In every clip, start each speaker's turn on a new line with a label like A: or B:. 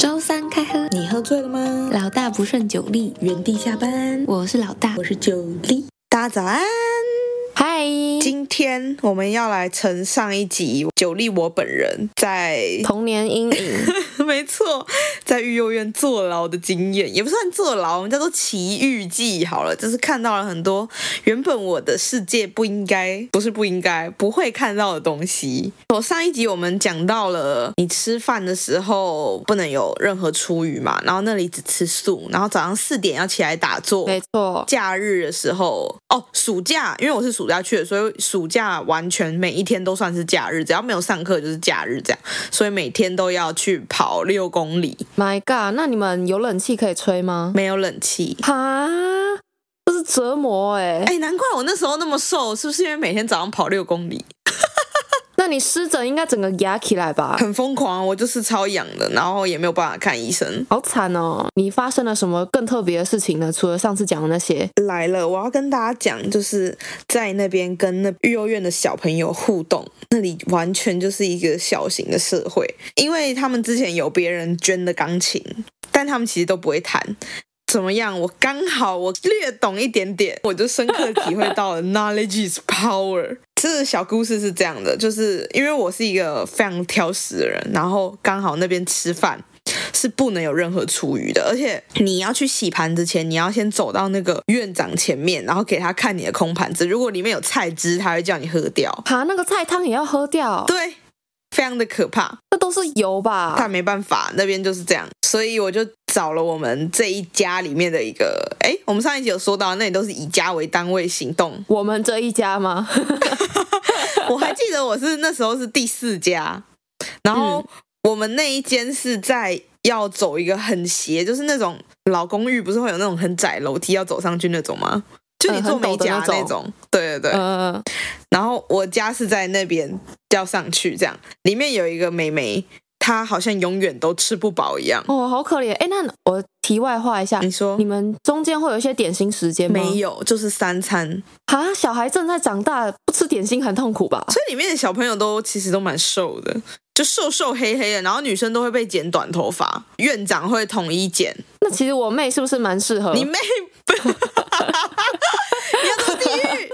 A: 周三开喝，
B: 你喝醉了吗？
A: 老大不顺酒力，
B: 原地下班，
A: 我是老大
B: 我。是九力。
C: 大家早安！
A: 嗨，
C: 今天我们要来承上一集九力我本人在，
A: 童年阴影，
C: 没错，在育幼院坐牢的经验，也不算坐牢，我们叫做奇遇记好了，就是看到了很多原本我的世界不应该，不是不应该，不会看到的东西。我上一集我们讲到了，你吃饭的时候不能有任何厨余嘛，然后那里只吃素，然后早上四点要起来打坐，
A: 没错，
C: 假日的时候，哦，暑假，因为我是暑假去的，所以暑假完全每一天都算是假日，只要没有上课就是假日这样，所以每天都要去跑六公里，
D: My God，那你们有冷气可以吹吗？
C: 没有冷气。
D: 哈，这是折磨哎、
C: 哎，难怪我那时候那么瘦，是不是因为每天早上跑六公里？
D: 那你湿疹应该整个压起来 吧？
C: 很疯狂，我就是超痒的，然后也没有办法看医生。
D: 好惨哦！你发生了什么更特别的事情呢？除了上次讲的那些，
C: 来了，我要跟大家讲，就是在那边跟那育幼院的小朋友互动，那里完全就是一个小型的社会，因为他们之前有别人捐的钢琴，但他们其实都不会弹。怎么样？我刚好我略懂一点点，我就深刻体会到了 knowledge is power。这个小故事是这样的，就是因为我是一个非常挑食的人，然后刚好那边吃饭，是不能有任何厨余的，而且你要去洗盘之前，你要先走到那个院长前面，然后给他看你的空盘子，如果里面有菜汁，他会叫你喝掉。
D: 哈，那个菜汤也要喝掉，
C: 对，非常的可怕。
D: 那都是 油吧？
C: 但没办法，那边就是这样，所以我就找了我们这一家里面的一个，哎，我们上一集有说到，那里都是以家为单位行动。
D: 我们这一家吗？
C: 我还记得我是那时候是第四家，然后
D: 嗯
C: 我们那一间是在要走一个很斜，就是那种老公寓，不是会有那种很窄楼梯要走上去那种吗？就你
D: 嗯
C: 做
D: 很陡
C: 美
D: 的
C: 甲
D: 那种
C: 种，对对对。
D: 呃，
C: 然后我家是在那边要上去，这样里面有一个妹妹，她好像永远都吃不饱一样。
D: 哦，好可怜。哎，那我题外话一下，
C: 你说
D: 你们中间会有一些点心时间吗？
C: 没。有，就是三餐。
D: 哈，小孩正在长大，不吃点心很痛苦吧？
C: 所以里面的小朋友都其实都蛮瘦的，就瘦瘦黑黑的，然后女生都会被剪短头发，院长会统一剪。
D: 那其实我妹是不是蛮适 合？
C: 你妹！你要多地狱！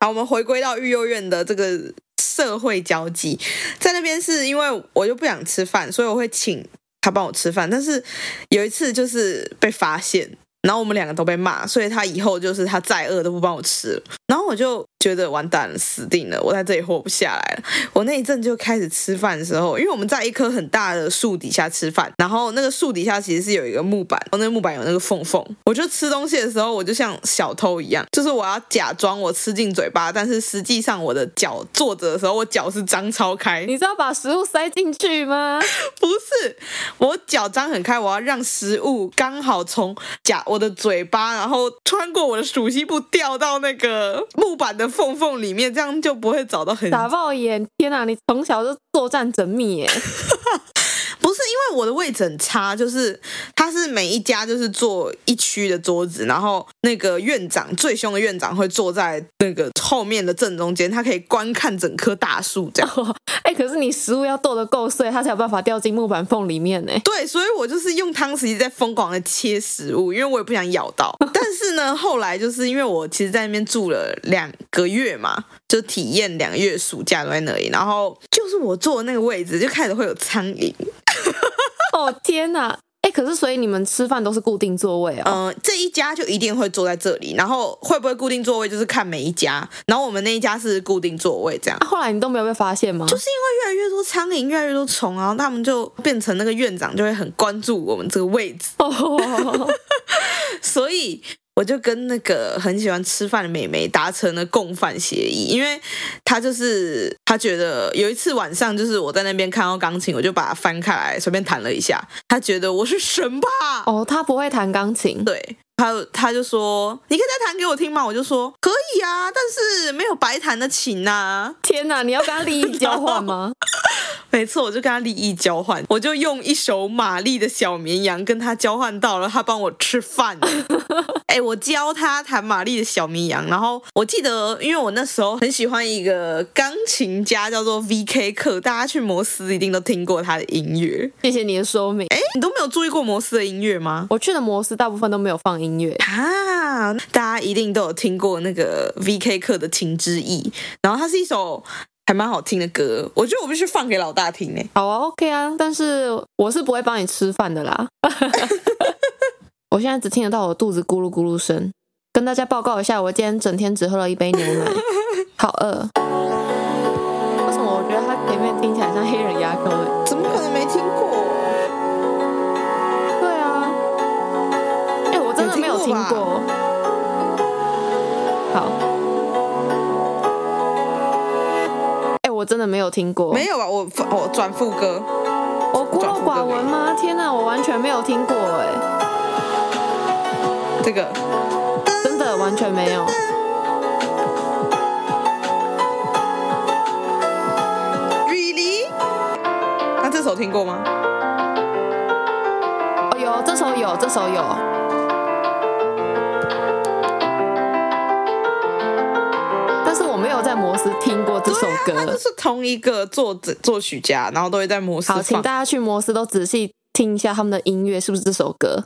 C: 好，我们回归到育幼院的这个社会交际，在那边是因为我就不想吃饭，所以我会请他帮我吃饭。但是有一次就是被发现，然后我们两个都被骂，所以他以后就是他再饿都不帮我吃了。然后我就觉得完蛋了，死定了，我在这里活不下来了。我那一阵就开始吃饭的时候，因为我们在一棵很大的树底下吃饭，然后那个树底下其实是有一个木板，然后那个木板有那个缝缝。我就吃东西的时候，我就像小偷一样，就是我要假装我吃进嘴巴，但是实际上我的脚坐着的时候，我脚是张超开，
D: 你知道把食物塞进去 吗？
C: 不是我脚张很开，我要让食物刚好从假我的嘴巴，然后穿过我的鼠膝部掉到那个木板的缝缝里面，这样就不会找到痕迹。
D: 打爆眼！天哪、你从小就作战缜密耶！
C: 不是因为我的位置很差，就是他是每一家就是坐一区的桌子，然后那个院长最凶的院长会坐在那个后面的正中间，他可以观看整棵大树这样。
D: 哎、可是你食物要剁得够碎，它才有办法掉进木板缝里面呢。
C: 对，所以我就是用汤匙一直在疯狂的切食物，因为我也不想咬到。但是呢，后来就是因为我其实在那边住了两个月嘛，就体验两个月暑假都在那里，然后就是我坐的那个位置就开始会有苍蝇，
D: 哦天哪、哎、可是所以你们吃饭都是固定座位哦。
C: 嗯、这一家就一定会坐在这里，然后会不会固定座位就是看每一家，然后我们那一家是固定座位这样
D: 啊那、。后来你都没有被发现吗？
C: 就是因为越来越多苍蝇，越来越多虫，然后他们就变成那个院长就会很关注我们这个位置，
D: 哦，
C: 所以我就跟那个很喜欢吃饭的美眉达成了共犯协议，因为她就是她觉得有一次晚上，就是我在那边看到钢琴，我就把它翻开来随便弹了一下，她觉得我是神吧，
D: 哦，他不会弹钢琴。
C: 对。她她就说：“你可以再弹给我听吗？”我就说：“可以啊，但是没有白弹的琴呐、
D: 天啊哪、你要跟他利益交 换吗？
C: 没错，我就跟他利益交 换，我就用一首玛丽的小绵羊跟他交换到了，他帮我吃饭。哎、我教他弹玛丽的小绵羊，然后我记得，因为我那时候很喜欢一个钢琴家，叫做 V.K. 克，大家去摩斯一定都听过他的音乐。
D: 谢谢你的说明。
C: 哎、你都没有注意过摩斯的音乐吗？
D: 我去的摩斯大部分都没有放音乐，
C: 啊，大家一定都有听过那个 V.K. 克的《情之意》，然后它是一首还蛮好听的歌，我觉得我必须放给老大听哎、
D: 好啊，OK 啊，但是我是不会帮你吃饭的啦。 我现在只听得到我肚子咕噜咕噜声，跟大家报告一下，我今天整天只喝了一杯牛 奶，好饿。为什么我觉得它前面听起来像黑人牙膏欸？
C: 怎么可能没听过？
D: 对啊，哎、我真的没有听
C: 有听
D: 过。好，哎、我真的没有听过，
C: 没有吧？啊我我转副歌，
D: 我孤陋寡闻吗？天哪，我完全没有听过哎、
C: 这个
D: 真的完全没有。哦
C: Really？那这首听过吗？
D: 哦，有这首有这首有，但是我没有在摩斯听过这首
C: 对啊，它
D: 歌
C: 就。是同一个作者作曲家，然后都会在摩斯
D: 好，请
C: 放。
D: 大家去摩斯都仔细听一下他们的音乐是不是这首歌。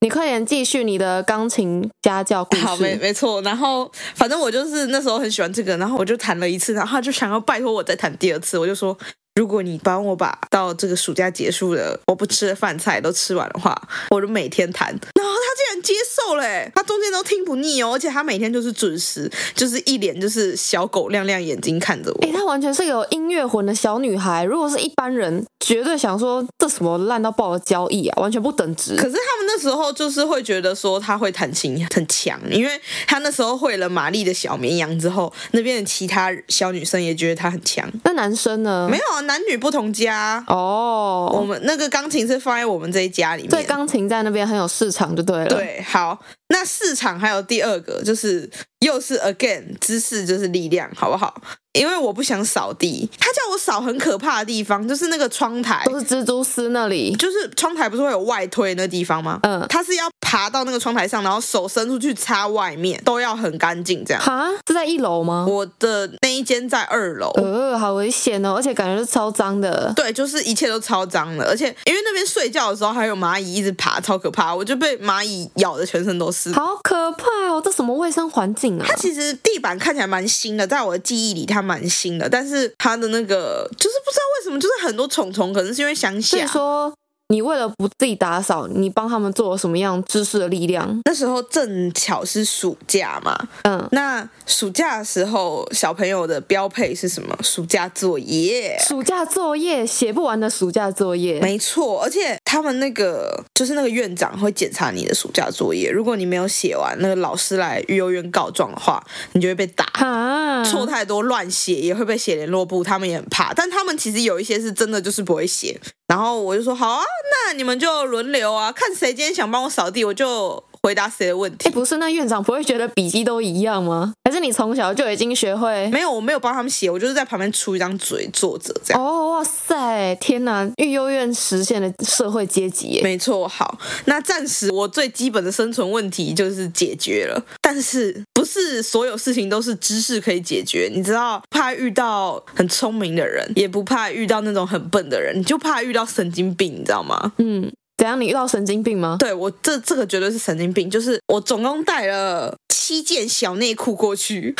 D: 你快点继续你的钢琴家教故
C: 好，没
D: 事。
C: 没错。然后反正我就是那时候很喜欢这个，然后我就弹了一次，然后他就想要拜托我再弹第二次，我就说。如果你帮我把到这个暑假结束了我不吃的饭菜都吃完的话，我就每天 弹。然后他竟然接受了、欸，他中间都听不腻哦，而且他每天就是准时，就是一脸就是小狗亮亮眼睛看着我。
D: 哎、她完全是个有音乐魂的小女孩。如果是一般人，绝对想说这什么烂到爆的交易啊，完全不等值
C: 可。是他们那时候就是会觉得说他会弹琴很强，因为他那时候会了玛丽的小绵羊之后，那边的其他小女生也觉得他很强。
D: 那男生呢？
C: 没有啊，男女不同家。
D: 哦
C: 我们那个钢琴是放在我们这一家里面。
D: 所以钢琴在那边很有市场，就对了。，
C: 对，好，那市场还有第二个，就是又是 again，知识就是力量，好不好？因为我不想扫地，他叫我扫很可怕的地方，就是那个窗台，
D: 都是蜘蛛丝那里。
C: 就是窗台不是会有外推那地方吗？
D: 嗯
C: 他是要爬到那个窗台上，然后手伸出去擦外面，都要很干净这样。
D: 哈，是在一楼吗？
C: 我的那一间在二楼，
D: 呃，好危险哦，而且感觉是超脏的。
C: 对，就是一切都超脏了，而且因为那边睡觉的时候还有蚂蚁一直爬，超可怕，我就被蚂蚁咬的全身都是。
D: 好可怕哦！这什么卫生环境啊？
C: 它其实地板看起来蛮新的，在我的记忆里它蛮新的，但是它的那个就是不知道为什么，就是很多虫虫，可能是因为乡
D: 所以
C: 下。
D: 说，你为了不自己打扫，你帮他们做了什么样知识的力量？
C: 那时候正巧是暑假嘛，
D: 嗯，
C: 那暑假的时候小朋友的标配是什么？暑假作业。
D: 暑假作业写不完的暑假作业，
C: 没错，而且他们那个就是那个院长会检查你的暑假作业，如果你没有写完，那个老师来育幼院告状的话，你就会被打。
D: 哈，
C: 错太多乱写也会被写联络部，他们也很怕。但他们其实有一些是真的就是不会写。然后我就说好啊，那你们就轮流啊，看谁今天想帮我扫地，我就回答谁的问
D: 哎，
C: 题。
D: 不是，那院长不会觉得笔记都一样吗？还是你从小就已经学会？
C: 没有，我没有帮他们写，我就是在旁边出一张嘴坐着这样。
D: 哦，哇塞，天哪！育幼院实现了社会阶级耶，
C: 没错，好，那暂时我最基本的生存问题就是解决了，但是不是所有事情都是知识可以解决？你知道，怕遇到很聪明的人，也不怕遇到那种很笨的人，你就怕遇到神经病，你知道吗？
D: 嗯，怎样？你遇到神经病吗？
C: 对我这这个绝对是神经病，就是我总共带了七件小内裤过去，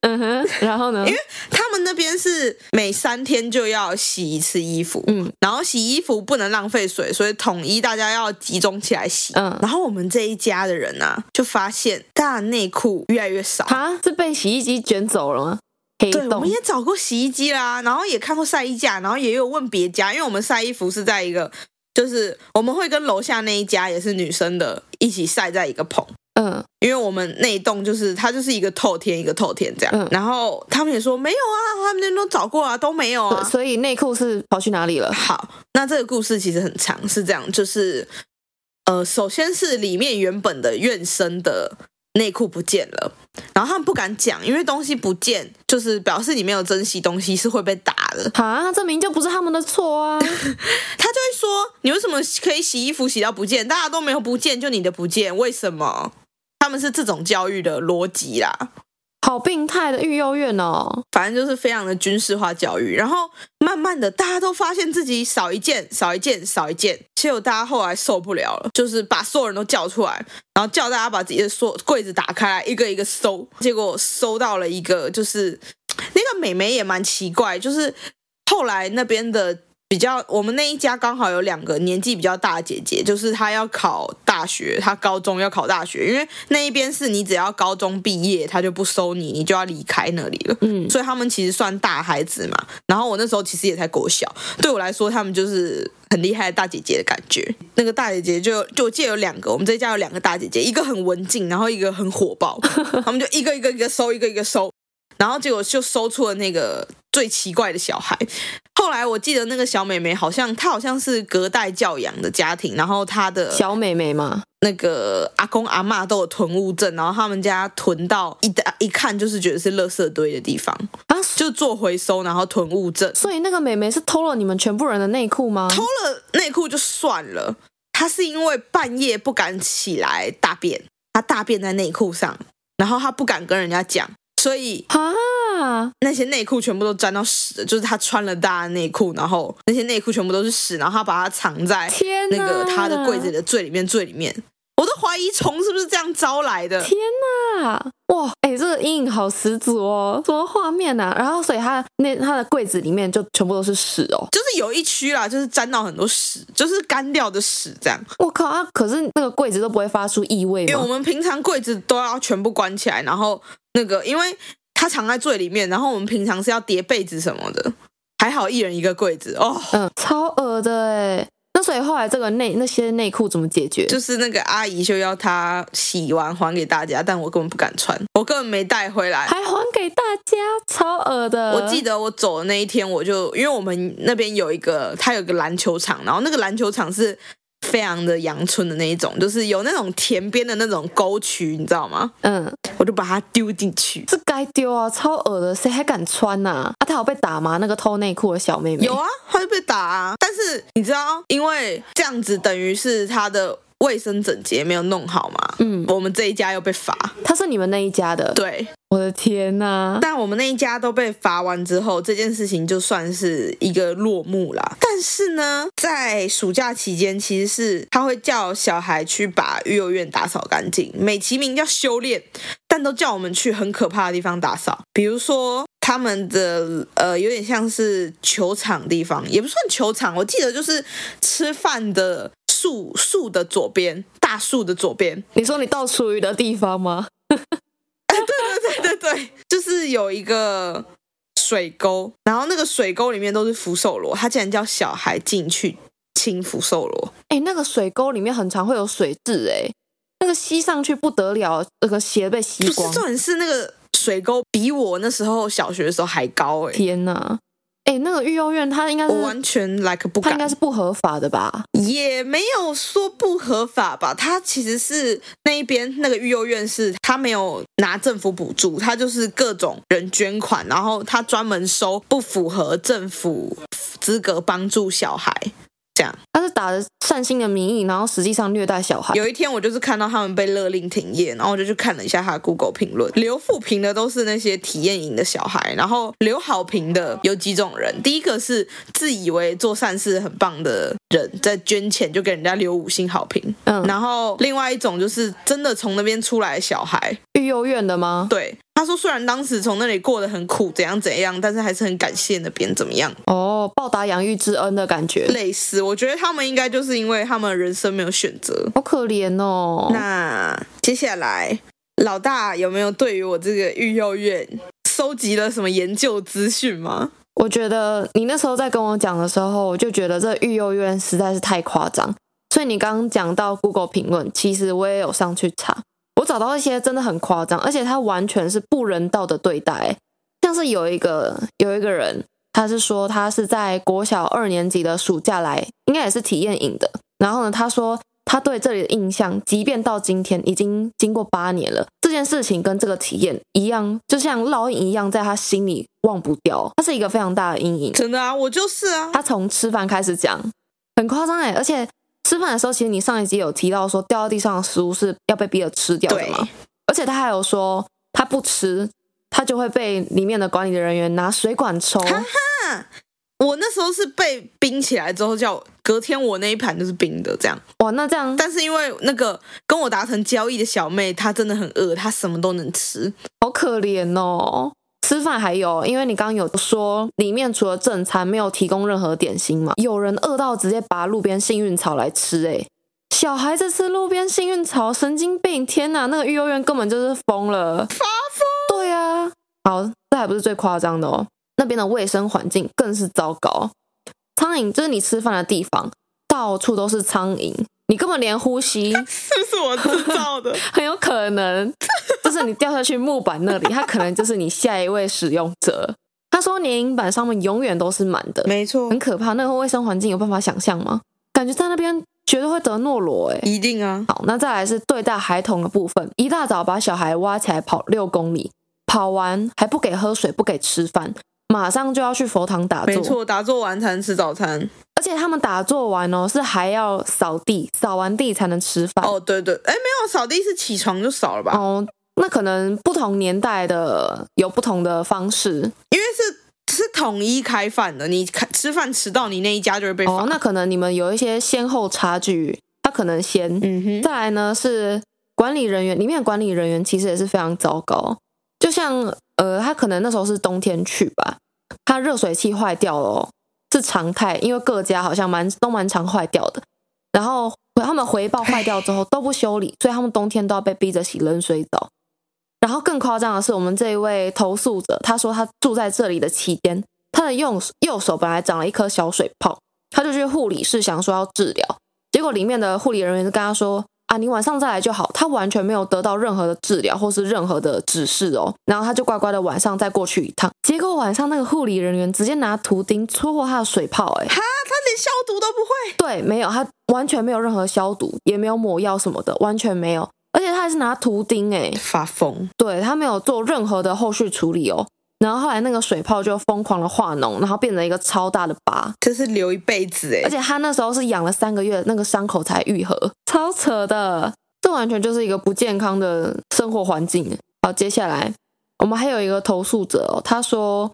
D: 嗯哼，然后呢？
C: 他们那边是每三天就要洗一次衣服，
D: 嗯，
C: 然后洗衣服不能浪费水，所以统一大家要集中起来洗，
D: 嗯
C: 然后我们这一家的人啊，就发现大家的内裤越来越少。
D: 哈，是被洗衣机卷走了吗？黑
C: 对，我
D: 洞
C: 们也找过洗衣机啦，然后也看过晒衣架，然后也有问别家，因为我们晒衣服是在一个，就是我们会跟楼下那一家也是女生的一起晒在一个棚。
D: 嗯，
C: 因为我们那一栋就是它就是一个透天一个透天这样，
D: 嗯
C: 然后他们也说没有啊，他们那边都找过啊，都没有
D: 对
C: 啊。
D: 所以内裤是跑去哪里了？
C: 好，那这个故事其实很长，是这样，就是呃，首先是里面原本的院生的内裤不见了，然后他们不敢讲，因为东西不见，就是表示你没有珍惜东西是会被打的。
D: 啊，这明明就不是他们的错啊！
C: 他就会说：“你为什么可以洗衣服洗到不见？大家都没有不见，就你的不见，为什么？”他们是这种教育的逻辑啦。
D: 好病态的育幼院哦，
C: 反正就是非常的军事化教育。然后慢慢的，大家都发现自己少一件、少一件、少一件，结果大家后来受不了了，就是把所有人都叫出来，然后叫大家把自己的所柜子打开来，一个一个搜。结果搜到了一个，就是那个美眉也蛮奇怪，就是后来那边的。比较，我们那一家刚好有两个年纪比较大的姐姐，就是她要考大学，她高中要考大学，因为那一边是你只要高中毕业，她就不收你，你就要离开那里了。
D: 嗯，
C: 所以他们其实算大孩子嘛。然后我那时候其实也才国小，对我来说，他们就是很厉害的大姐姐的感觉。那个大姐姐就就我记得有两个，我们这一家有两个大姐姐，一个很文静，然后一个很火爆，他们就一个一个一个收，一个一个收，然后结果就搜出了那个最奇怪的小孩。后来我记得那个小妹妹好像她好像是隔代教养的家庭，然后她的
D: 小美眉嘛，
C: 那个阿公阿嬷都有囤物症，然后他们家囤到一一看就是觉得是垃圾堆的地方，
D: 啊，
C: 就做回收，然后囤物证，
D: 所以那个美眉是偷了你们全部人的内裤吗？
C: 偷了内裤就算了，他是因为半夜不敢起来大便，他大便在内裤上，然后他不敢跟人家讲，所以
D: 啊，
C: 那些内裤全部都沾到屎的，就是他穿了大家的内裤，然后那些内裤全部都是屎，然后他把它藏在
D: 天
C: 那
D: 哪
C: 个他的柜子的最里面最里面，我都怀疑虫是不是这样招来的。
D: 天哪！哇，哎、这个阴影好十足哦，什么画面啊？然后，所以她那她的柜子里面就全部都是屎哦。
C: 就是有一区啦，就是沾到很多屎，就是干掉的屎这样。
D: 我靠啊！可是那个柜子都不会发出异味
C: 因为欸我
D: 吗？
C: 们平常柜子都要全部关起来，然后那个因为它藏在最里面，然后我们平常是要叠被子什么的，还好一人一个柜子哦。
D: 嗯，超恶的哎。那所以后来这个内那些内裤怎么解决？
C: 就是那个阿姨就要她洗完还给大家，但我根本不敢穿，我根本没带回来。
D: 还还给大家，超恶的。
C: 我记得我走的那一天，我就因为我们那边有一个，它有一个篮球场，然后那个篮球场是非常的阳春的那一种，就是有那种田边的那种沟渠，你知道吗？
D: 嗯，
C: 我就把它丢进去。
D: 这该丢啊，超恶的，谁还敢穿呐、啊？啊，她有被打吗？那个偷内裤的小妹妹
C: 有啊，他就被打啊。但是你知道，因为这样子等于是他的卫生整洁没有弄好嘛。
D: 嗯
C: 我们这一家又被罚，
D: 她是你们那一家的。，
C: 对。
D: 我的天呐、
C: 但我们那一家都被罚完之后，这件事情就算是一个落幕啦。但是呢，在暑假期间，其实是他会叫小孩去把育幼院打扫干净，美其名叫修炼，但都叫我们去很可怕的地方打扫，比如说。他们的呃，有点像是球场地方，也不算球场。我记得就是吃饭的树树的左边，大树的左边，
D: 你说你倒厨余的地方吗？
C: 对对对，就是有一个水沟，然后那个水沟里面都是福寿螺，他竟然叫小孩进去亲福寿螺，
D: 哎、那个水沟里面很常会有水渍，哎，那个吸上去不得了，那个鞋被吸
C: 不是
D: 光。
C: 重点是那个水沟比我那时候小学的时候还高哎、
D: 天呐！哎、那个育幼院它应该
C: 我
D: 是
C: 完全 like 不
D: 它应
C: 敢
D: 该，是不合法的吧？
C: 也没有说不合法吧。他其实是那一边那个育幼院是，他没有拿政府补助，他就是各种人捐款，然后他专门收不符合政府资格帮助小孩这样。
D: 它是打着善心的名义，然后实际上虐待小孩。
C: 有一天我就是看到他们被勒令停业，然后我就去看了一下他的 Google 评论，留负评的都是那些体验营的小孩，然后留好评的有几种人，第一个是自以为做善事很棒的人，在捐钱就给人家留五星好评，
D: 嗯
C: 然后另外一种就是真的从那边出来的小孩，
D: 育幼院的吗？
C: 对。他说：“虽然当时从那里过得很苦，怎样怎样，但是还是很感谢那边怎么样。
D: 哦，报答养育之恩的感觉，
C: 类似，我觉得他们应该就是因为他们人生没有选择，
D: 好可怜哦。
C: 那接下来，老大有没有对于我这个育幼院收集了什么研究资讯吗？
D: 我觉得你那时候在跟我讲的时候，我就觉得这育幼院实在是太夸张。所以你刚刚讲到 Google 评论，其实我也有上去查，我找到一些真的很夸张，而且他完全是不人道的对待。像是有一个有一个人，他是说他是在国小二年级的暑假来，应该也是体验营的。然后呢，他说他对这里的印象，即便到今天已经经过八年了，这件事情跟这个体验一样，就像烙印一样，在他心里忘不掉。它是一个非常大的阴影。
C: 真的啊，我就是啊，
D: 他从吃饭开始讲，很夸张哎！而且吃饭的时候，其实你上一集有提到说，掉到地上的食物是要被逼着吃掉的
C: 对
D: 嘛？而且他还有说，他不吃，他就会被里面的管理的人员拿水管抽。
C: 我那时候是被冰起来之后叫我隔天我那一盘就是冰的这样，
D: 哇，那这样
C: 但是因为那个跟我达成交易的小妹，她真的很饿，她什么都能吃，
D: 好可怜哦。吃饭还有，因为你刚刚有说里面除了正餐没有提供任何点心嘛，有人饿到直接拔路边幸运草来吃、哎，小孩子吃路边幸运草，神经病！天哪，那个育幼院根本就是疯了，发疯！对啊，好，这还不是最夸张的哦，那边的卫生环境更是糟糕，苍蝇就是你吃饭的地方，到处都是苍蝇，你根本连呼吸
C: 是不是我制造的？
D: 很有可能就是你掉下去木板那里，它可能就是你下一位使用者。他说年影板上面永远都是满的，
C: 没错
D: 很，可怕。那个卫生环境有办法想象吗？感觉在那边绝对会得诺罗哎、
C: 一定啊，
D: 好，那再来是对待孩童的部分，一大早把小孩挖起来跑六公里，跑完还不给喝水，不给吃饭，马上就要去佛堂打
C: 没
D: 坐。
C: 错，打坐完才能吃早餐。
D: 而且他们打坐完哦，是还要扫地，扫完地才能吃饭。
C: 哦，对对，哎，没有扫地是起床就扫了吧？
D: 哦，那可能不同年代的有不同的方式哦
C: 因为是是统一开饭的，你开吃饭迟到，你那一家就会被罚。
D: 哦。那可能你们有一些先后差距，他可能先。
C: 嗯哼，
D: 再来呢是管理人员，里面的管理人员其实也是非常糟糕。就像呃，他可能那时候是冬天去吧，他热水器坏掉了哦、是常态，因为各家好像蛮都蛮常坏掉的。然后他们回报坏掉之后都不修理，所以他们冬天都要被逼着洗冷水澡。然后更夸张的是，我们这一位投诉者，他说他住在这里的期间，他的右右手本来长了一颗小水泡，他就去护理室想说要治疗，结果里面的护理人员就跟他说：“啊，你晚上再来就好。”他完全没有得到任何的治疗或是任何的指示哦，然后他就乖乖的晚上再过去一趟。结果晚上那个护理人员直接拿图钉戳破他的水泡、哎，
C: 哈，他连消毒都不会，
D: 对，没有，他完全没有任何消毒，也没有抹药什么的，完全没有，而且他还是拿图钉、哎，
C: 发疯。
D: 对他没有做任何的后续处理哦。然后后来那个水泡就疯狂的化脓，然后变成一个超大的疤，
C: 这是留一辈子哎、
D: 而且他那时候是养了三个月，那个伤口才愈合，超扯的。这完全就是一个不健康的生活环境。好，接下来我们还有一个投诉者哦，他说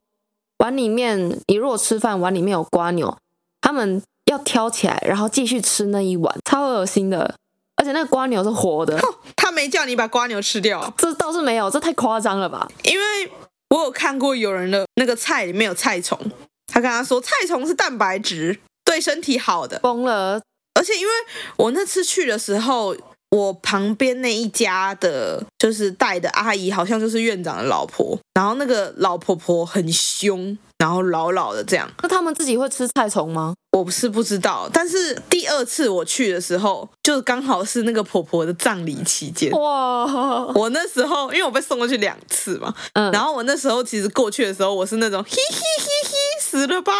D: 碗里面你如果吃饭碗里面有瓜牛，他们要挑起来，然后继续吃那一碗，超恶心的。而且那个瓜牛是活的，
C: 哦他没叫你把瓜牛吃掉，
D: 这倒是没有，这太夸张了吧？
C: 因为我有看过有人的那个菜里面有菜虫，他跟他说菜虫是蛋白质，对身体好的。
D: 疯了，
C: 而且因为我那次去的时候，我旁边那一家的，就是带的阿姨，好像就是院长的老婆。然后那个老婆婆很凶，然后老老的这样。
D: 那他们自己会吃菜虫吗？
C: 我不是不知道，但是第二次我去的时候，就刚好是那个婆婆的葬礼期间。
D: 哦哇，
C: 我那时候，因为我被送过去两次嘛，
D: 嗯，
C: 然后我那时候其实过去的时候，我是那种嘿 嘿嘿嘿，死了吧！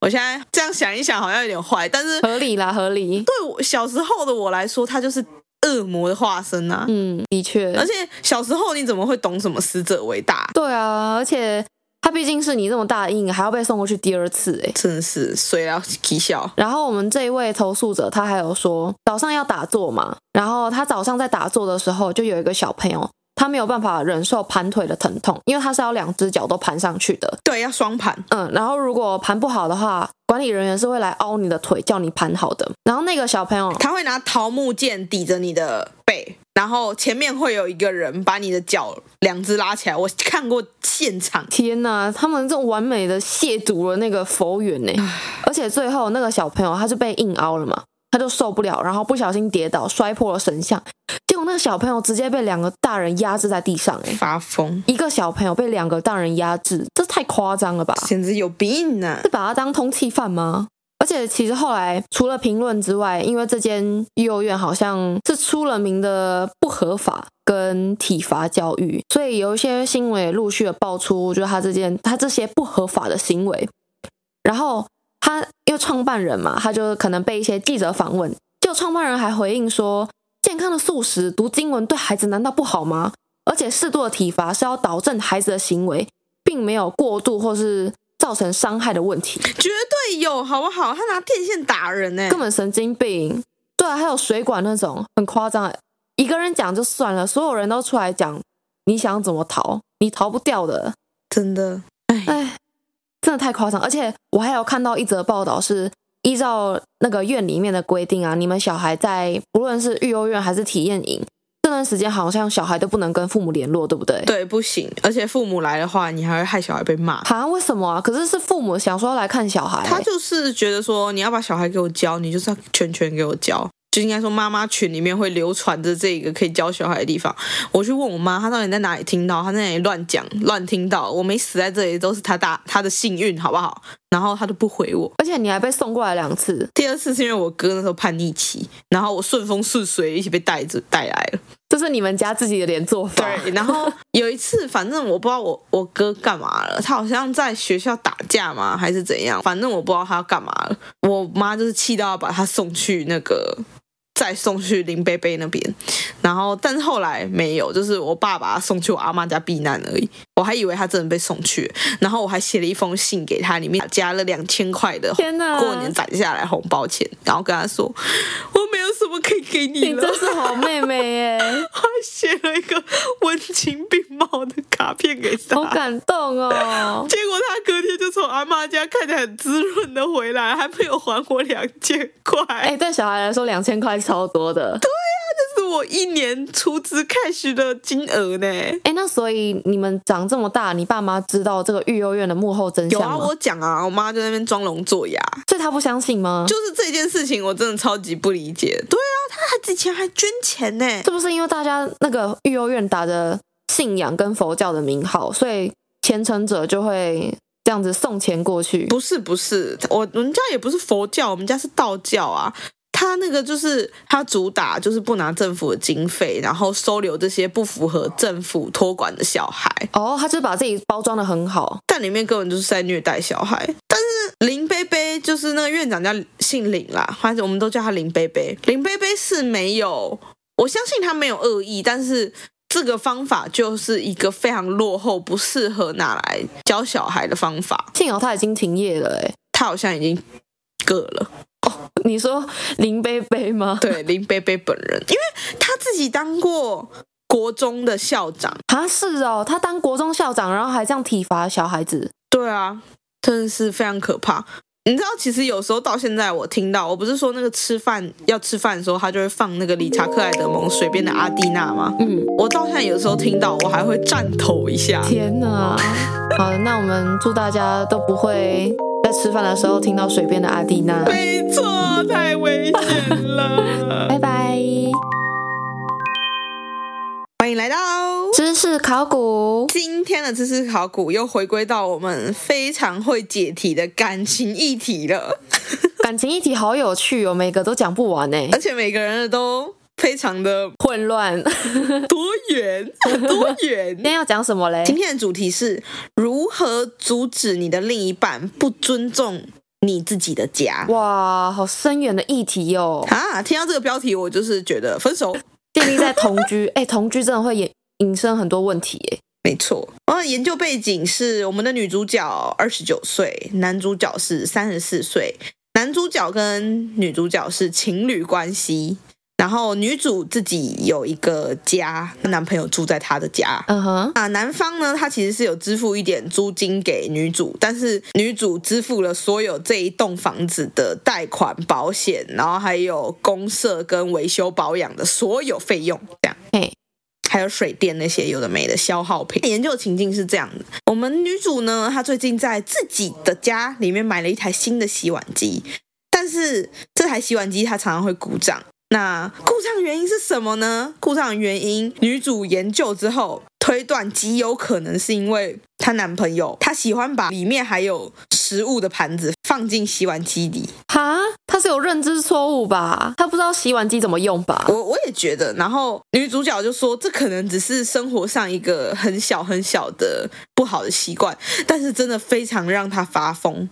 C: 我现在这样想一想，好像有点坏，但是
D: 合理啦，合理。
C: 对我小时候的我来说，它就是恶魔的化身啊！
D: 嗯，的确，
C: 而且小时候你怎么会懂什么死者为大？
D: 对啊，而且他毕竟是你这么大的阴影，还要被送过去第二次哎。
C: 真的是虽然啼笑，
D: 然后我们这一位投诉者，他还有说早上要打坐嘛，然后他早上在打坐的时候，就有一个小朋友，他没有办法忍受盘腿的疼痛，因为他是要两只脚都盘上去的。
C: 对，要双盘，
D: 嗯，然后如果盘不好的话，管理人员是会来凹你的腿，叫你盘好的。然后那个小朋友，
C: 他会拿桃木剑抵着你的背，然后前面会有一个人把你的脚两只拉起来。我看过现场，
D: 天呐，他们这完美的亵渎了那个佛缘呢，而且最后那个小朋友他就被硬凹了嘛，他就受不了，然后不小心跌倒，摔破了神像，结果那个小朋友直接被两个大人压制在地上，哎，
C: 发疯，
D: 一个小朋友被两个大人压制，这太夸张了吧？
C: 简直有病啊呐、
D: 是把他当通缉犯吗？而且其实后来除了评论之外，因为这间幼儿园好像是出了名的不合法跟体罚教育，所以有一些新闻也陆续的爆出，就是他这件他这些不合法的行为。然后他因为创办人嘛，他就可能被一些记者访问，就创办人还回应说，健康的素食读经文对孩子难道不好吗？而且适度的体罚是要导正孩子的行为，并没有过度或是造成伤害的问题。
C: 绝对有，好不好？他拿电线打人呢、欸
D: 根本神经病。对啊，还有水管那种很夸张，一个人讲就算了，所有人都出来讲，你想怎么逃？你逃不掉的，
C: 真的，
D: 哎，真的太夸张。而且我还有看到一则报道是。依照那个院里面的规定啊，你们小孩在不论是育幼院还是体验营这段时间，好像小孩都不能跟父母联络，对不对？
C: 对，不行。而且父母来的话，你还会害小孩被骂。
D: 哈，为什么啊？可是是父母想说要来看小孩、
C: 他就是觉得说，你要把小孩给我教，你就是要全权给我教。就应该说，妈妈群里面会流传着这个可以教小孩的地方。我去问我妈，她到底在哪里听到？她在哪里乱讲、乱听到？我没死在这里，都是她大她的幸运，好不好？然后她都不回我。
D: 而且你还被送过来两次，
C: 第二次是因为我哥那时候叛逆期，然后我顺风顺水一起被带着带来了。
D: 这是你们家自己的连坐法。
C: 对，然后有一次，反正我不知道我我哥干嘛了，他好像在学校打架嘛，还是怎样，反正我不知道他要干嘛了。我妈就是气到要把他送去那个，再送去林贝贝那边，然后但是后来没有，就是我爸把他送去我阿妈家避难而已。我还以为他真的被送去，然后我还写了一封信给他，里面加了两千块的
D: 天哪
C: 过年攒下来红包钱，然后跟他说我没有什么可以给你
D: 你
C: 了，
D: 真是好妹 妹耶，
C: 我还写了一个文情并茂的卡片给他。
D: 好感动哦！
C: 结果他隔天就从阿妈家看起来很滋润的回来，还没有还我两千块，
D: 哎、对小孩来说，两千块超多的。
C: 这是我一年出资 cash 的金额呢。
D: 哎、那所以你们长这么大，你爸妈知道这个育幼院的幕后真
C: 有
D: 相
C: 啊，
D: 吗？
C: 我讲啊，我妈就在那边装聋作哑，
D: 所以他不相信吗？
C: 就是这件事情我真的超级不理解。对啊，他还之前还捐钱呢，
D: 是不是因为大家那个育幼院打着信仰跟佛教的名号，所以虔诚者就会这样子送钱过去？
C: 不是不是，我我们家也不是佛教，我们家是道教啊。他那个就是他主打就是不拿政府的经费，然后收留这些不符合政府托管的小孩，
D: 哦，他就是把自己包装的很好，
C: 但里面根本就是在虐待小孩。但是林贝贝就是那个院长叫姓林啦，反正我们都叫他林贝贝。林贝贝是没有，我相信他没有恶意，但是这个方法就是一个非常落后、不适合拿来教小孩的方法。
D: 幸好他已经停业了。哎，
C: 他好像已经割了。
D: 你说林贝贝吗？
C: 对林贝贝本人，因为他自己当过国中的校长。
D: 啊，是哦，他当国中校长，然后还这样体罚小孩子，
C: 对啊，真的是非常可怕。你知道，其实有时候到现在，我听到我不是说那个吃饭要吃饭的时候，他就会放那个理查克莱德蒙随便的阿蒂娜吗？
D: 嗯，
C: 我到现在有时候听到，我还会颤抖一下。
D: 天哪！好，那我们祝大家都不会在吃饭的时候听到水边的阿蒂娜，
C: 没错，太危险了。
D: 拜拜。
C: 欢迎来到
D: 知识考古，
C: 今天的知识考古，又回归到我们非常会解题的感情议题了。
D: 感情议题好有趣哦，每个都讲不完呢，
C: 而且每个人都非常的
D: 混乱。
C: 多元，多
D: 今
C: 元。
D: 天要讲什么嘞？
C: 今天的主题是如何阻止你的另一半不尊重你自己的家。
D: 哇，好深远的议题哦，
C: 啊，听到这个标题，我就是觉得分手
D: 建立在同居，哎、同居真的会引引申很多问题耶。
C: 没错。然后哦研究背景是我们的女主角二十九岁，男主角是三十四岁。男主角跟女主角是情侣关系，然后女主自己有一个家，男朋友住在她的家。
D: 嗯哼，
C: 啊，男方呢，他其实是有支付一点租金给女主，但是女主支付了所有这一栋房子的贷款、保险，然后还有公社跟维修保养的所有费用，这样。
D: 嘿，
C: 还有水电那些有的没的消耗品。研究情境是这样的：我们女主呢，她最近在自己的家里面买了一台新的洗碗机，但是这台洗碗机它常常会故障。那故障原因是什么呢？故障原因，女主研究之后推断，极有可能是因为她男朋友他喜欢把里面还有食物的盘子放进洗碗机里，
D: 哈，他是有认知错误吧？他不知道洗碗机怎么用吧？
C: 我我也觉得，然后女主角就说，这可能只是生活上一个很小很小的不好的习惯，但是真的非常让她发疯。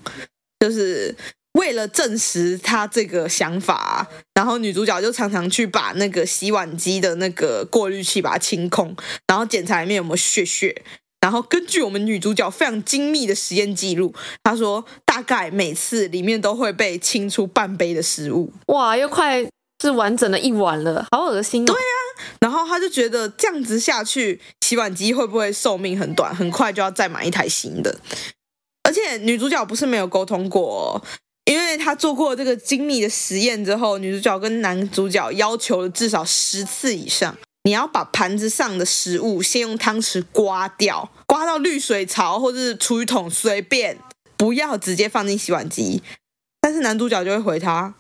C: 就是为了证实他这个想法，然后女主角就常常去把那个洗碗机的那个过滤器把它清空，然后检查里面有没有血血。然后根据我们女主角非常精密的实验记录，她说大概每次里面都会被清出半杯的食物。
D: 哇，又快是完整的一碗了，好恶心、哦。对啊，
C: 然后他就觉得这样子下去，洗碗机会不会寿命很短，很快就要再买一台新的？而且女主角不是没有沟通过、哦，因为她做过这个精密的实验之后，女主角跟男主角要求了至少十次以上，你要把盘子上的食物先用汤匙刮掉，刮到滤水槽或者是厨余桶随便，不要直接放进洗碗机。但是男主角就会回他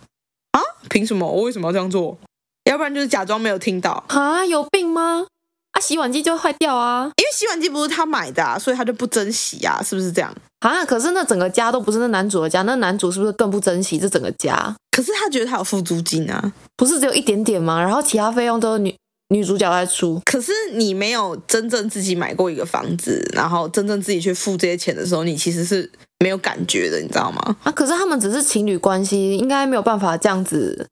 C: 啊，凭什么？我为什么要这样做？啊要不然就是假装没有听 到，
D: 啊，有病吗？啊，洗碗机就会坏掉啊！
C: 因为洗碗机不是他买的、啊，所以他就不珍惜啊，是不是这样？
D: 啊，可是那整个家都不是那男主的家，那男主是不是更不珍惜这整个家？
C: 可是他觉得他有付租金啊，
D: 不是只有一点点吗？然后其他费用都是女女主角在出，
C: 可是你没有真正自己买过一个房子，然后真正自己去付这些钱的时候，你其实是没有感觉的，你知道吗？
D: 啊，可是他们只是情侣关系，应该没有办法这样子，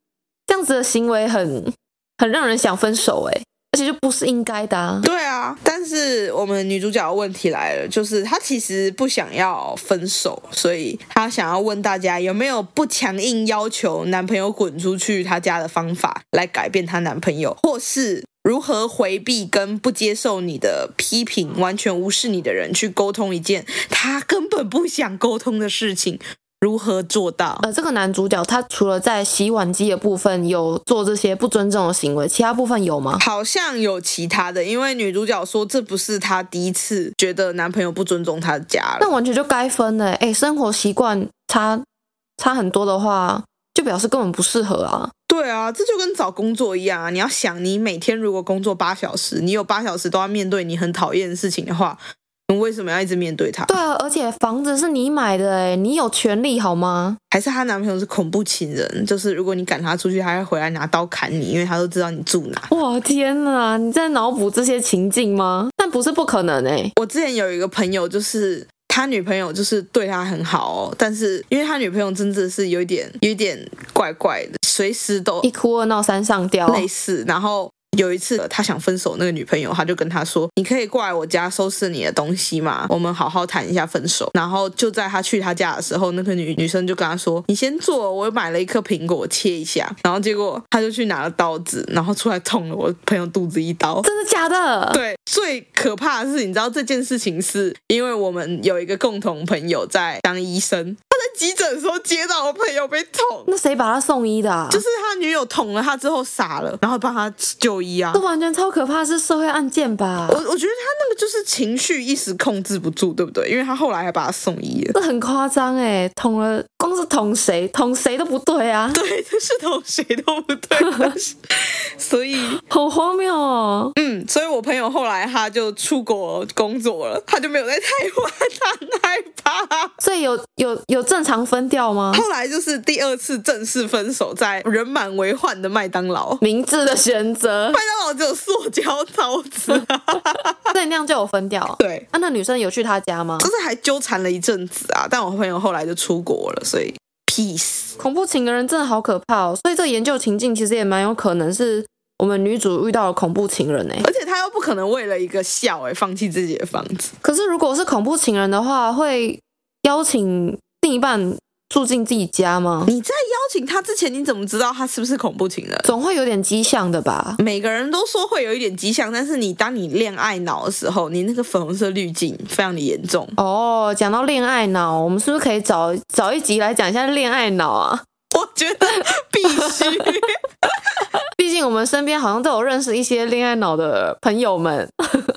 D: 这样子的行为很很让人想分手哎、而且就不是应该的、啊。
C: 对啊，但是我们女主角的问题来了，就是她其实不想要分手，所以她想要问大家有没有不强硬要求男朋友滚出去她家的方法来改变她男朋友，或是如何回避跟不接受你的批评、完全无视你的人去沟通一件他根本不想沟通的事情，如何做到？
D: 呃，这个男主角他除了在洗碗机的部分有做这些不尊重的行为，其他部分有吗？
C: 好像有其他的，因为女主角说这不是她第一次觉得男朋友不尊重她的家了
D: 那。完全就该分了欸。哎、生活习惯差差很多的话，就表示根本不适合啊。
C: 对啊，这就跟找工作一样啊！你要想，你每天如果工作八小时，你有八小时都要面对你很讨厌的事情的话，你为什么要一直面对它？
D: 对啊，而且房子是你买的、欸，哎，你有权利好吗？
C: 还是她男朋友是恐怖情人？就是如果你赶他出去，他会回来拿刀砍你，因为他都知道你住哪。
D: 哇天哪，你在脑补这些情境吗？但不是不可能哎、
C: 我之前有一个朋友，就是他女朋友就是对他很好哦，但是因为他女朋友真的是有一点有一点怪怪的，随时都
D: 一哭二闹三上吊。
C: 类似。然后有一次呃他想分手，那个女朋友他就跟他说：“你可以过来我家收拾你的东西嘛，我们好好谈一下分手。”然后就在他去他家的时候，那个女女生就跟他说：“你先坐，我买了一颗苹果，切一下。”然后结果他就去拿了刀子，然后出来捅了我朋友肚子一 刀。
D: 真的假的？
C: 对，最可怕的是，你知道这件事情是因为我们有一个共同朋友在当医生，他在急诊的时候接到我朋友被捅，
D: 那谁把他送医的、啊？
C: 就是他女友捅了他之后傻了，然后帮他就医啊
D: 这。完全超可怕，是社会案件吧
C: 我？我觉得他那个就是情绪一时控制不住，对不对？因为他后来还把他送医了。
D: 这很夸张哎，捅了光是捅谁，捅谁都不对啊，
C: 对，这是捅谁都不对，但是 所以
D: 好荒谬哦。
C: 嗯，所以我朋友后来他就出国工作了，他就没有在台湾，他很害怕。
D: 所以有有有正常分掉吗？
C: 后来就是第二次正式分手，在人满为患的麦当劳。 麦
D: 明智的选择，
C: 当劳只有塑胶刀子、啊
D: 所以那样就有分掉。
C: 对，
D: 啊，那女生有去他家吗
C: 就？是还纠缠了一阵子啊。但我朋友后来就出国了，所以 peace。
D: 恐怖情人真的好可怕哦。所以这个研究情境其实也蛮有可能是我们女主遇到了恐怖情人哎。
C: 而且他又不可能为了一个笑哎、放弃自己的房子。
D: 可是如果是恐怖情人的话，会邀请另一半住进自己家吗？
C: 你在邀请他之前，你怎么知道他是不是恐怖情人？
D: 总会有点迹象的吧？
C: 每个人都说会有一点迹象，但是你当你恋爱脑的时候，你那个粉红色滤镜非常的严重。
D: 哦，讲到恋爱脑，我们是不是可以找找一集来讲一下恋爱脑啊？
C: 我觉得必须。
D: 毕竟我们身边好像都有认识一些恋爱脑的朋友们，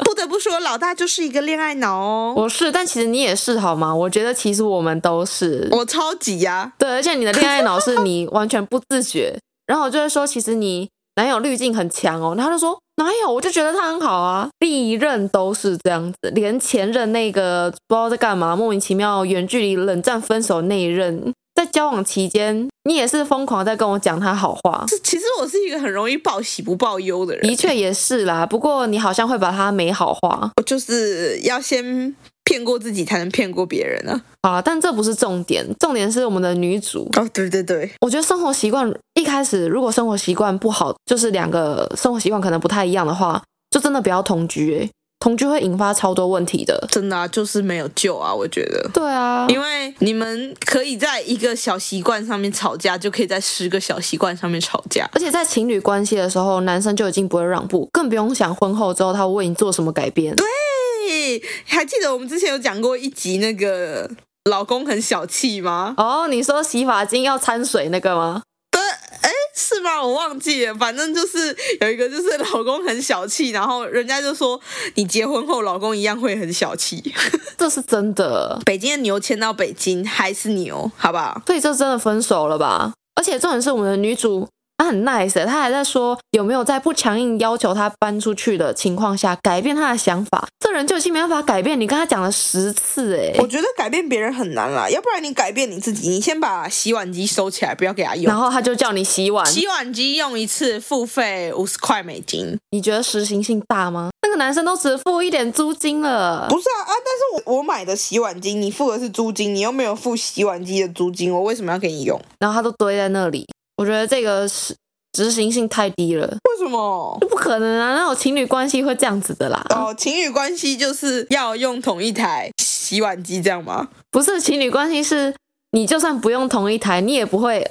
C: 不得不说，老大就是一个恋爱脑哦。
D: 我是，但其实你也是好吗？我觉得其实我们都是，
C: 我超级呀、
D: 对，而且你的恋爱脑是你完全不自觉， 然后我就会说，其实你男友滤镜很强哦，然后他就说哪有，我就觉得他很好啊，历任都是这样子，连前任那个不知道在干嘛，莫名其妙远距离冷战分手那一任，在交往期间，你也是疯狂在跟我讲他好话，
C: 是其实我是一个很容易报喜不报忧的人，
D: 的确也是啦，不过你好像会把他美好化，
C: 我就是要先骗过自己才能骗过别人啊。
D: 好了，但这不是重点，重点是我们的女主。
C: 哦，对对对，
D: 我觉得生活习惯一开始如果生活习惯不好，就是两个生活习惯可能不太一样的话，就真的不要同居、欸，同居会引发超多问题的。
C: 真的啊，就是没有救啊，我觉得。
D: 对啊，
C: 因为你们可以在一个小习惯上面吵架，就可以在十个小习惯上面吵架。
D: 而且在情侣关系的时候，男生就已经不会让步，更不用想婚后之后他会为你做什么改变。对，
C: 嘿，还记得我们之前有讲过一集那个老公很小气吗？
D: 哦，你说洗发精要掺水那个吗？
C: 是吗？我忘记了，反正就是有一个就是老公很小气，然后人家就说你结婚后老公一样会很小气。
D: 这是真的，
C: 北京的牛迁到北京还是牛，好不好？
D: 所以这真的分手了吧？而且重点是我们的女主她很 nice，欸她还在说有没有在不强硬要求她搬出去的情况下改变她的想法。这人就已经没办法改变，你跟她讲了十次哎、
C: 我觉得改变别人很难啦，要不然你改变你自己，你先把洗碗机收起来，不要给他用
D: 然。后她就叫你洗碗，
C: 洗碗机用一次付费五十块美金，
D: 你觉得实行性大吗？那个男生都只付一点租金了，
C: 不是啊啊！但是我我买的洗碗机，你付的是租金，你又没有付洗碗机的租金，我为什么要给你用？
D: 然后他都堆在那里，我觉得这个是执行性太低了，
C: 为什么？
D: 就不可能啊！那种情侣关系会这样子的啦，
C: 哦，情侣关系就是要用同一台洗碗机，这样吗？
D: 不是情侣关系是，你就算不用同一台，你也不会，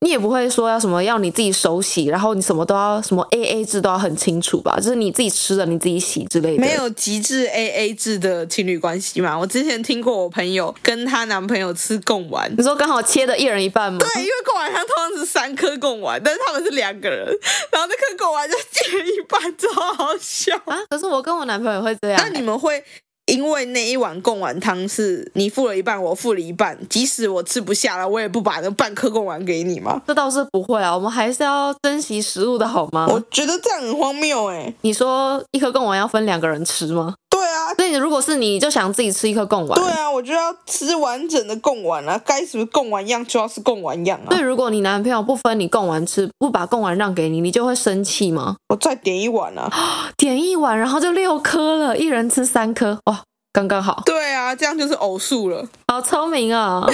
D: 你也不会说要什么要你自己手洗，然后你什么都要什么 A A 制都要很清楚吧？就是你自己吃的你自己洗之类的，
C: 没有极致 A A 制的情侣关系嘛？我之前听过我朋友跟她男朋友吃贡丸，哎
D: 你说刚好切的一人一半吗？
C: 对，因为贡丸它通常是三颗贡丸，但是他们是两个人，然后那颗贡丸就切了一半，超好笑。
D: 啊，可是我跟我男朋友也会这样欸
C: 那，你们会因为那一碗贡丸汤是你付了一半，我付了一半，即使我吃不下了，我也不把那半颗贡丸给你吗？
D: 这倒是不会啊，我们还是要珍惜食物的好吗？
C: 我觉得这样很荒谬哎、
D: 你说一颗贡丸要分两个人吃吗？
C: 对啊，
D: 所以如果是你，你就想自己吃一颗贡丸。
C: 对啊，我就要吃完整的贡丸啊，该是不是贡丸样就要是贡丸样
D: 所以
C: 啊。
D: 如果你男朋友不分你贡丸吃，不把贡丸让给你，你就会生气吗？
C: 我再点一碗啊。
D: 点一碗，然后就六颗了，一人吃三颗，哇，刚刚好，
C: 对啊，这样就是偶数了。
D: 好聪明啊！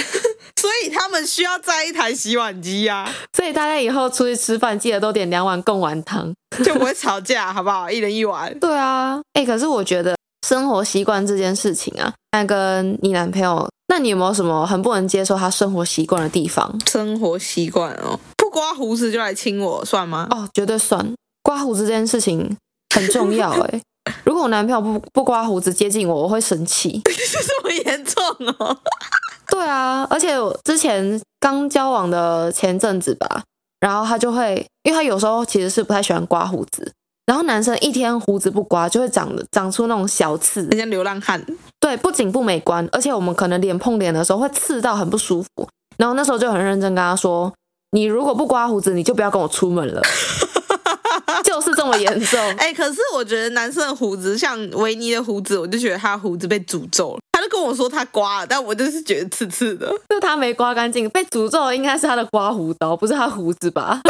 C: 所以他们需要在一台洗碗机啊，
D: 所以大家以后出去吃饭，记得都点两碗贡丸汤。
C: 就不会吵架，好不好？一人一碗。
D: 对啊，哎、可是我觉得生活习惯这件事情啊，那跟你男朋友，那你有没有什么很不能接受他生活习惯的地方？
C: 生活习惯哦，不刮胡子就来亲我算吗？
D: 哦，绝对算刮胡子这件事情很重要哎、如果我男朋友不不刮胡子接近我，我会生气。
C: 这么严重 哦？
D: 对啊，而且我之前刚交往的前阵子吧，然后他就会，因为他有时候其实是不太喜欢刮胡子，然后男生一天胡子不刮就会长得长出那种小刺，
C: 人家流浪汉，
D: 对，不仅不美观，而且我们可能脸碰脸的时候会刺到很不舒服。然后那时候就很认真跟他说：“你如果不刮胡子，你就不要跟我出门了。” 就是这么严重。
C: 哎、可是我觉得男生的胡子，像维尼的胡子，我就觉得他的胡子被诅咒了。他就跟我说他刮了，但我就是觉得刺刺的，
D: 是他没刮干净，被诅咒的应该是他的刮胡刀，不是他胡子吧？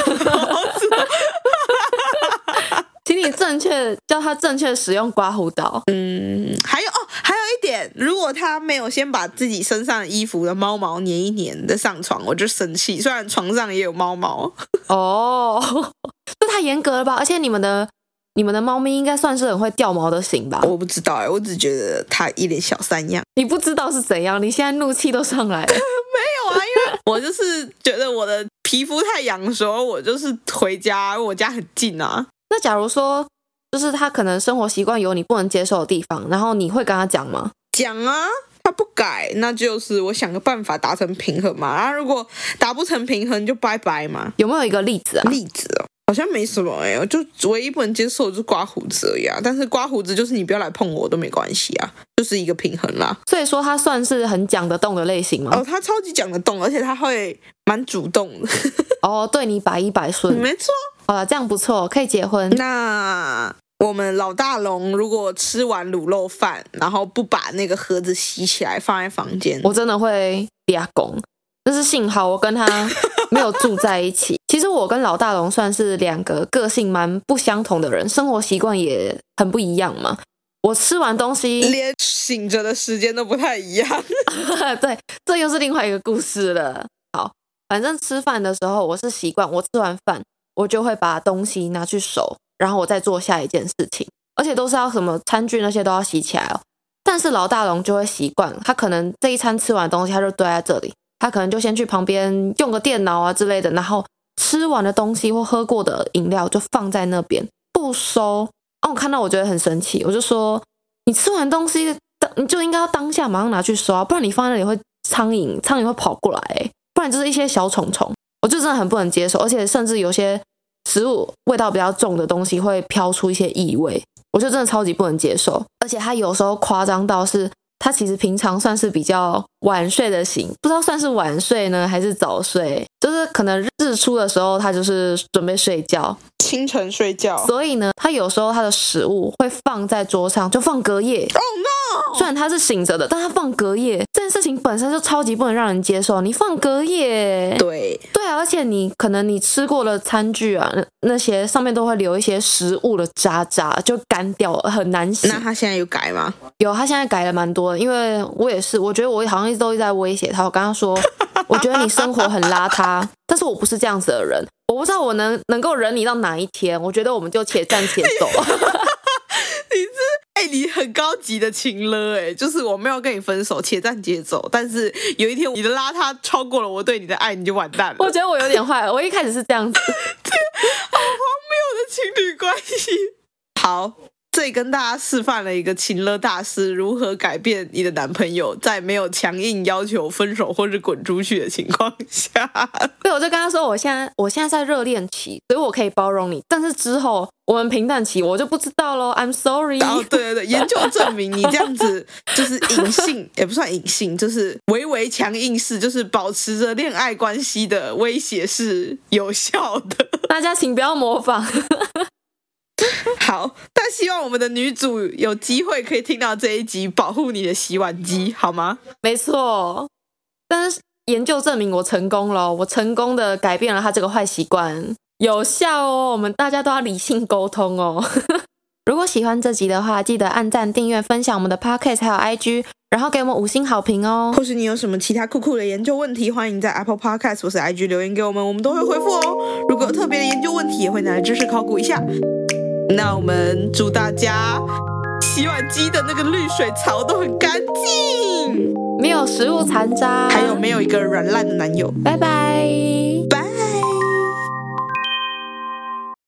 D: 请你正确教他正确使用刮胡刀。
C: 嗯，还有哦，还有一点，如果他没有先把自己身上的衣服的猫毛粘一粘的上床，我就生气。虽然床上也有猫毛，
D: 哦， 这太严格了吧？而且你们的你们的猫咪应该算是很会掉毛的型吧？
C: 我不知道哎、我只觉得他一脸小三样。
D: 你不知道是怎样，你现在怒气都上来了。
C: 没有啊，因为我就是觉得我的皮肤太痒的时候，我就是回家，因为我家很近啊。
D: 那假如说，就是他可能生活习惯有你不能接受的地方，然后你会跟他讲吗？
C: 讲啊，他不改，那就是我想个办法达成平衡嘛。啊，如果达不成平衡，就拜拜嘛。
D: 有没有一个例子啊？
C: 例子哦，好像没什么哎、我就唯一不能接受的就是刮胡子而已啊。但是刮胡子就是你不要来碰我都没关系啊，就是一个平衡啦。
D: 所以说他算是很讲得动的类型吗
C: 哦，？他超级讲得动，而且他会蛮主动的，
D: 哦，对你百依百顺。
C: 没错。
D: 好了，这样不错，可以结婚。
C: 那我们老大龙如果吃完卤肉饭，然后不把那个盒子洗起来放在房间，
D: 我真的会嗲拱，但是幸好我跟他没有住在一起。其实我跟老大龙算是两个个性蛮不相同的人，生活习惯也很不一样嘛。我吃完东西，
C: 连醒着的时间都不太一样。
D: 对，这又是另外一个故事了。好，反正吃饭的时候，我是习惯我吃完饭，我就会把东西拿去收，然后我再做下一件事情，而且都是要什么餐具那些都要洗起来哦。但是老大龙就会习惯了，他可能这一餐吃完东西，他就堆在这里，他可能就先去旁边用个电脑啊之类的，然后吃完的东西或喝过的饮料就放在那边不收。哦，我看到我觉得很生气，我就说你吃完东西当你就应该要当下马上拿去刷，不然你放在那里会苍蝇，苍蝇会跑过来、不然就是一些小虫虫，我就真的很不能接受，而且甚至有些食物味道比较重的东西会飘出一些异味，我就真的超级不能接受，而且它有时候夸张到是。他其实平常算是比较晚睡的型，不知道算是晚睡呢还是早睡，就是可能日出的时候他就是准备睡觉，
C: 清晨睡觉，Oh
D: 所以呢，他有时候他的食物会放在桌上，就放隔夜。
C: Oh no！
D: 虽然他是醒着的，但他放隔夜这件事情本身就超级不能让人接受。你放隔夜，
C: 对，
D: 对啊，而且你可能你吃过的餐具啊，那那些上面都会留一些食物的渣渣，就干掉了，很难洗。
C: 那他现在有改吗？
D: 有，他现在改了蛮多的，因为我也是，我觉得我好像一直都一直在威胁他。我跟 他说，我觉得你生活很邋遢，但是我不是这样子的人，我不知道我能能够忍你到哪一天。我觉得我们就且战且 走。
C: 哎、你很高级的情了，哎，就是我没有跟你分手，且战且走，但是有一天你的邋遢超过了我对你的爱，你就完蛋了。
D: 我觉得我有点坏，我一开始是这样子。
C: 情侣关系。 好，这里跟大家示范了一个情勒大师如何改变你的男朋友，在没有强硬要求分手或是滚出去的情况下。
D: 对，我就跟他说，我现在我现在在热恋期，所以我可以包容你，但是之后我们平淡期，我就不知道喽。I'm sorry。
C: 然后，哦对对对，研究证明你这样子就是隐性， 也不算隐性，就是微微强硬式，就是保持着恋爱关系的威胁是有效的。
D: 大家请不要模仿。
C: 好，但希望我们的女主有机会可以听到这一集，保护你的洗碗机，好吗？
D: 没错，但是研究证明我成功了，我成功的改变了他这个坏习惯，有效哦。我们大家都要理性沟通哦。 如果喜欢这集的话，记得按赞、订阅、分享我们的 Podcast 还有 IG，然后给我们五星好评哦。
C: 或是你有什么其他酷酷的研究问题，欢迎在 Apple Podcast 或是 IG 留言给我们，我们都会回复哦。如果有特别的研究问题，也会拿来知识考古一下。那我们祝大家洗碗机的那个滤水槽都很干净，
D: 没有食物残渣，
C: 还有没有一个软烂的男友？
D: 拜拜。